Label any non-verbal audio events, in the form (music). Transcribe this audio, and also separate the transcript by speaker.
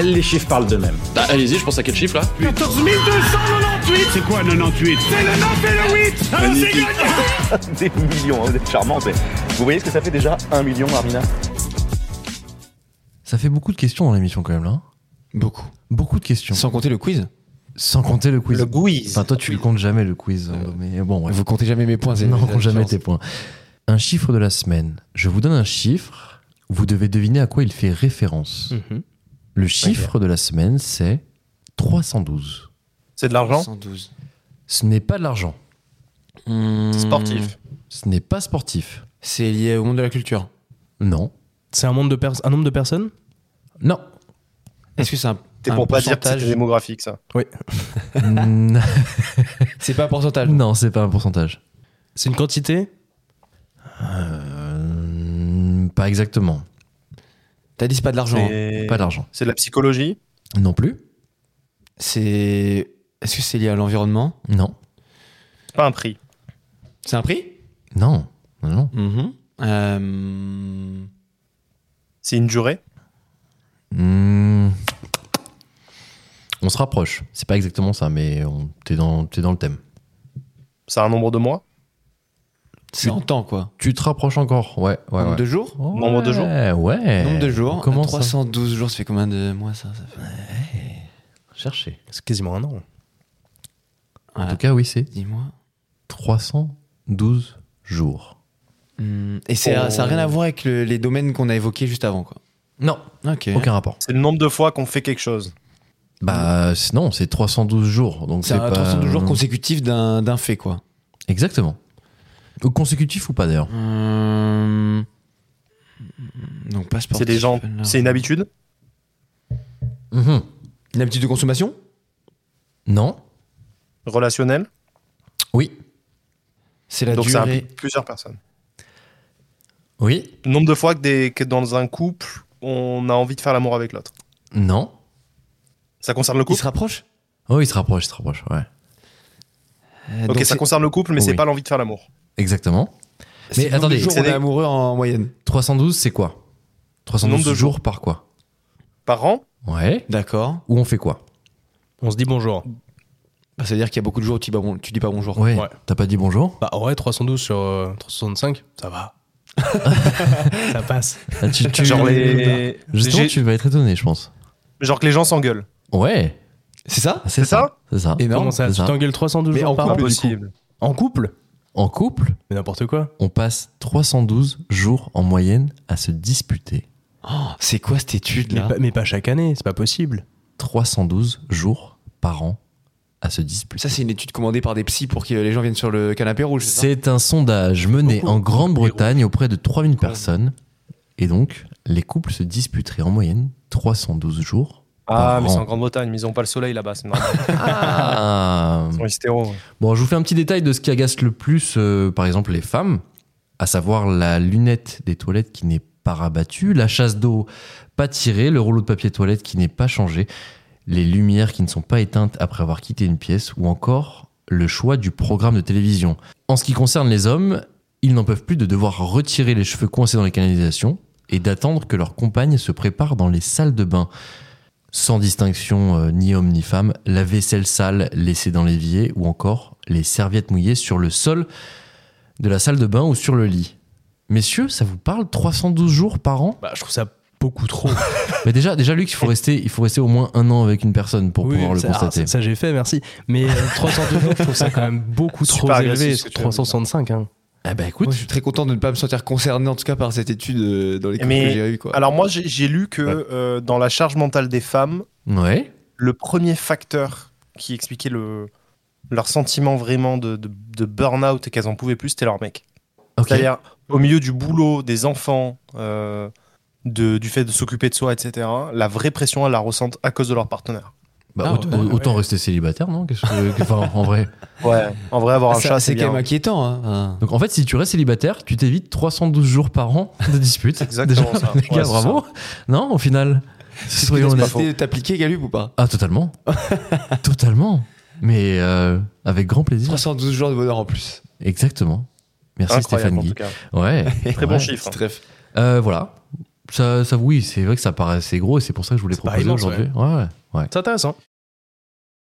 Speaker 1: Les chiffres parlent d'eux-mêmes.
Speaker 2: Bah, Allez-y, je pense à quel chiffre là
Speaker 3: 14 298
Speaker 4: C'est quoi 98
Speaker 3: C'est le 9 et le 8 Alors c'est gagné
Speaker 1: (laughs) Des millions, hein, vous êtes charmants. mais Vous voyez ce que ça fait déjà Un million, Armina
Speaker 5: Ça fait beaucoup de questions dans l'émission quand même là. hein.
Speaker 6: Beaucoup.
Speaker 5: Beaucoup de questions.
Speaker 6: Sans compter le quiz.
Speaker 5: Sans compter le quiz.
Speaker 6: Le quiz.
Speaker 5: Enfin, toi, tu le comptes jamais le quiz. euh, mais bon, ouais.
Speaker 6: Vous comptez jamais mes points. c'est-
Speaker 5: Non, on
Speaker 6: la
Speaker 5: compte jamais
Speaker 6: chance.
Speaker 5: tes points. Un chiffre de la semaine. Je vous donne un chiffre. Vous devez deviner à quoi il fait référence.
Speaker 6: Mhm.
Speaker 5: Le chiffre de la semaine, c'est 312.
Speaker 7: C'est de l'argent
Speaker 6: 112.
Speaker 5: Ce n'est pas de l'argent.
Speaker 7: Sportif.
Speaker 5: Ce n'est pas sportif.
Speaker 6: Hmm. C'est lié au monde de la culture.
Speaker 5: Non.
Speaker 8: C'est un, monde de pers- un nombre de personnes
Speaker 6: (laughs)
Speaker 5: Non.
Speaker 6: Est-ce que c'est un,
Speaker 7: T'es
Speaker 6: un
Speaker 7: pour pas dire que
Speaker 6: pourcentage
Speaker 7: c'était démographique, ça.
Speaker 5: Mm,
Speaker 6: C'est pas un pourcentage.
Speaker 5: non, c'est pas un pourcentage.
Speaker 8: C'est une quantité
Speaker 5: Euh, pas exactement.
Speaker 6: T'as dit c'est pas de l'argent. hein.
Speaker 7: C'est-
Speaker 5: Pas d'argent.
Speaker 7: C'est de la psychologie.
Speaker 5: Non plus.
Speaker 6: C'est. Est-ce que c'est lié à l'environnement
Speaker 5: Non.
Speaker 7: C'est pas un prix.
Speaker 6: C'est un prix
Speaker 5: Non. Non. non.
Speaker 6: Mhm. Euh,
Speaker 7: C'est une durée.
Speaker 5: Mm. On se rapproche. C'est pas exactement ça, mais on... t'es dans... t'es dans le thème.
Speaker 7: C'est un nombre de mois.
Speaker 6: C'est en temps, quoi.
Speaker 5: Tu te rapproches encore. Ouais, ouais,
Speaker 6: nombre
Speaker 5: ouais.
Speaker 6: de jours
Speaker 5: Ouais,
Speaker 7: Nombre de jours
Speaker 5: Ouais.
Speaker 6: Nombre de jours.
Speaker 5: Comment
Speaker 6: 312 jours, ça fait combien de mois, ça, ça fait
Speaker 5: ça Chercher.
Speaker 8: C'est quasiment un an.
Speaker 5: En tout cas, oui, c'est
Speaker 6: 10 mois.
Speaker 5: 312 jours.
Speaker 6: Hum, Et c'est- ça n'a rien à voir avec le- les domaines qu'on a évoqués juste avant, quoi.
Speaker 5: Non,
Speaker 6: Ok.
Speaker 5: aucun rapport.
Speaker 7: C'est le nombre de fois qu'on fait quelque chose.
Speaker 5: Bah c'est- non, c'est 312 jours. Donc
Speaker 6: C'est un
Speaker 5: pas-
Speaker 6: 312 jours consécutifs d'un d'un fait, quoi.
Speaker 5: Exactement. Ou Consécutif ou pas d'ailleurs.
Speaker 6: Hum, Donc, pas sportif.
Speaker 7: C'est des gens.
Speaker 6: alors.
Speaker 7: C'est une habitude.
Speaker 5: Mhm.
Speaker 6: Une habitude de consommation
Speaker 5: Non.
Speaker 7: Relationnelle.
Speaker 5: Oui.
Speaker 6: C'est la
Speaker 7: Donc ça
Speaker 6: durée.
Speaker 7: implique plusieurs personnes.
Speaker 5: Oui.
Speaker 7: Le nombre de fois que, des... que dans un couple, on a envie de faire l'amour avec l'autre.
Speaker 5: Non.
Speaker 7: Ça concerne le
Speaker 6: Il
Speaker 7: couple
Speaker 6: se rapproche
Speaker 5: Oh, il se rapproche, il se rapproche. Ouais.
Speaker 6: Euh,
Speaker 7: Ok,
Speaker 6: donc
Speaker 7: ça
Speaker 6: c'est-
Speaker 7: concerne le couple, mais c'est
Speaker 5: Oui.
Speaker 7: pas l'envie de faire l'amour.
Speaker 5: Exactement.
Speaker 6: c'est
Speaker 5: Mais
Speaker 6: le nombre de
Speaker 5: attendez,
Speaker 6: jours où
Speaker 7: c'est
Speaker 6: on est
Speaker 7: des-
Speaker 6: amoureux en moyenne.
Speaker 5: 312, c'est quoi 312
Speaker 7: Nombre de
Speaker 5: jours par quoi
Speaker 7: Par an,
Speaker 5: Ouais.
Speaker 6: D'accord.
Speaker 5: Ou on fait quoi
Speaker 8: On se dit bonjour.
Speaker 6: Bah, ça veut dire qu'il y a beaucoup de jours où tu dis pas, bon, tu dis pas bonjour.
Speaker 5: Ouais.
Speaker 8: Ouais.
Speaker 5: T'as pas dit bonjour
Speaker 8: Bah ouais, 312 sur euh, 365, ça va. ça passe.
Speaker 5: Ah, tu, tu-
Speaker 7: genre les.
Speaker 5: Justement,
Speaker 7: j'ai-
Speaker 5: tu vas être étonné, je pense.
Speaker 7: Genre que les gens s'engueulent.
Speaker 5: Ouais.
Speaker 6: C'est ça
Speaker 5: C'est
Speaker 7: ça
Speaker 5: C'est ça.
Speaker 6: Énorme.
Speaker 8: Comment ça
Speaker 5: c'est
Speaker 8: Tu
Speaker 5: ça.
Speaker 8: t'engueules 312
Speaker 6: Mais
Speaker 8: jours
Speaker 6: en
Speaker 8: par an
Speaker 6: couple, du coup.
Speaker 8: En couple
Speaker 5: En couple,
Speaker 8: Mais n'importe quoi.
Speaker 5: on passe 312 jours en moyenne à se disputer.
Speaker 6: Oh, c'est quoi cette étude
Speaker 8: Mais
Speaker 6: là
Speaker 8: pas, mais pas chaque année, c'est pas possible.
Speaker 5: 312 jours par an à se disputer.
Speaker 6: Ça, c'est une étude commandée par des psys pour que les gens viennent sur le canapé rouge. c'est ça
Speaker 5: C'est un sondage mené en Grande-Bretagne auprès de 3000 personnes. Et donc, les couples se disputeraient en moyenne 312 jours.
Speaker 7: Ah,
Speaker 5: par
Speaker 7: mais c'est
Speaker 5: an.
Speaker 7: en Grande-Bretagne, mais ils ont pas le soleil là-bas, c'est normal.
Speaker 5: Ah.
Speaker 7: Ils sont hystéros.
Speaker 5: Bon, je vous fais un petit détail de ce qui agace le plus, euh, par exemple, les femmes, à savoir la lunette des toilettes qui n'est pas rabattue, la chasse d'eau pas tirée, le rouleau de papier toilette qui n'est pas changé, les lumières qui ne sont pas éteintes après avoir quitté une pièce, ou encore le choix du programme de télévision. En ce qui concerne les hommes, ils n'en peuvent plus de devoir retirer les cheveux coincés dans les canalisations et d'attendre que leur compagne se prépare dans les salles de bain. Sans distinction euh, ni homme ni femme, la vaisselle sale laissée dans l'évier ou encore les serviettes mouillées sur le sol de la salle de bain ou sur le lit. Messieurs, ça vous parle 312 jours par an
Speaker 8: Bah je trouve ça beaucoup trop.
Speaker 5: Mais déjà, déjà Luc, il faut rester, il faut rester au moins un an avec une personne (laughs) pour
Speaker 8: Oui,
Speaker 5: pouvoir le
Speaker 8: ça, ah,
Speaker 5: constater.
Speaker 8: ça, ça, j'ai fait, merci. Mais euh, 312 jours, je trouve ça quand même (laughs) beaucoup
Speaker 7: Super
Speaker 8: trop
Speaker 7: agressif,
Speaker 8: élevé.
Speaker 7: ce que tu as dit.
Speaker 8: 365, hein.
Speaker 5: Ah bah écoute,
Speaker 6: Moi, je suis très content de ne pas me sentir concerné en tout cas par cette étude euh, dans les cours
Speaker 7: Mais-
Speaker 6: que j'ai eu quoi.
Speaker 7: Alors moi, j'ai j'ai lu que euh, dans la charge mentale des femmes,
Speaker 5: ouais,
Speaker 7: le premier facteur qui expliquait le, leur sentiment vraiment de, de, de burn-out et qu'elles en pouvaient plus, c'était leur mec.
Speaker 5: ok,
Speaker 7: C'est-à-dire, au milieu du boulot, des enfants, euh, de, du fait de s'occuper de soi, etc., la vraie pression, elles la ressentent à cause de leur partenaire.
Speaker 5: Bah,
Speaker 6: Ah,
Speaker 5: autant,
Speaker 6: ouais.
Speaker 5: autant rester célibataire, non Qu'est-ce que- enfin, en vrai.
Speaker 7: Ouais. En vrai, avoir
Speaker 6: Ah,
Speaker 7: un
Speaker 6: ça,
Speaker 7: chat,
Speaker 6: c'est
Speaker 7: c'est
Speaker 6: quand
Speaker 7: bien.
Speaker 6: même inquiétant. hein. Ah.
Speaker 5: Donc en fait, si tu restes célibataire, tu t'évites 312 jours par an de disputes.
Speaker 7: exactement
Speaker 5: Déjà,
Speaker 7: ça.
Speaker 5: (laughs) les gars,
Speaker 7: Ouais, c'est
Speaker 5: bravo. Non, au final,
Speaker 6: Est-ce que
Speaker 5: soyons
Speaker 6: t'as
Speaker 5: honnêtes.
Speaker 6: décidé de t'appliquer Galup ou pas
Speaker 5: Ah,
Speaker 7: (laughs)
Speaker 5: totalement. totalement. Mais euh, avec grand plaisir.
Speaker 6: 312 jours de bonheur en plus.
Speaker 5: Exactement. Merci
Speaker 7: Incroyable,
Speaker 5: Stéphane
Speaker 7: en
Speaker 5: Guy.
Speaker 7: tout cas.
Speaker 5: Ouais.
Speaker 7: (laughs) Très
Speaker 5: ouais.
Speaker 7: bon chiffre. hein.
Speaker 6: Bref.
Speaker 5: Euh, voilà. ça, ça, oui, c'est vrai que ça paraît assez gros et c'est pour ça que je voulais
Speaker 8: C'est pas
Speaker 5: proposer
Speaker 8: immense,
Speaker 5: aujourd'hui. Ouais, ouais.
Speaker 8: C'est intéressant.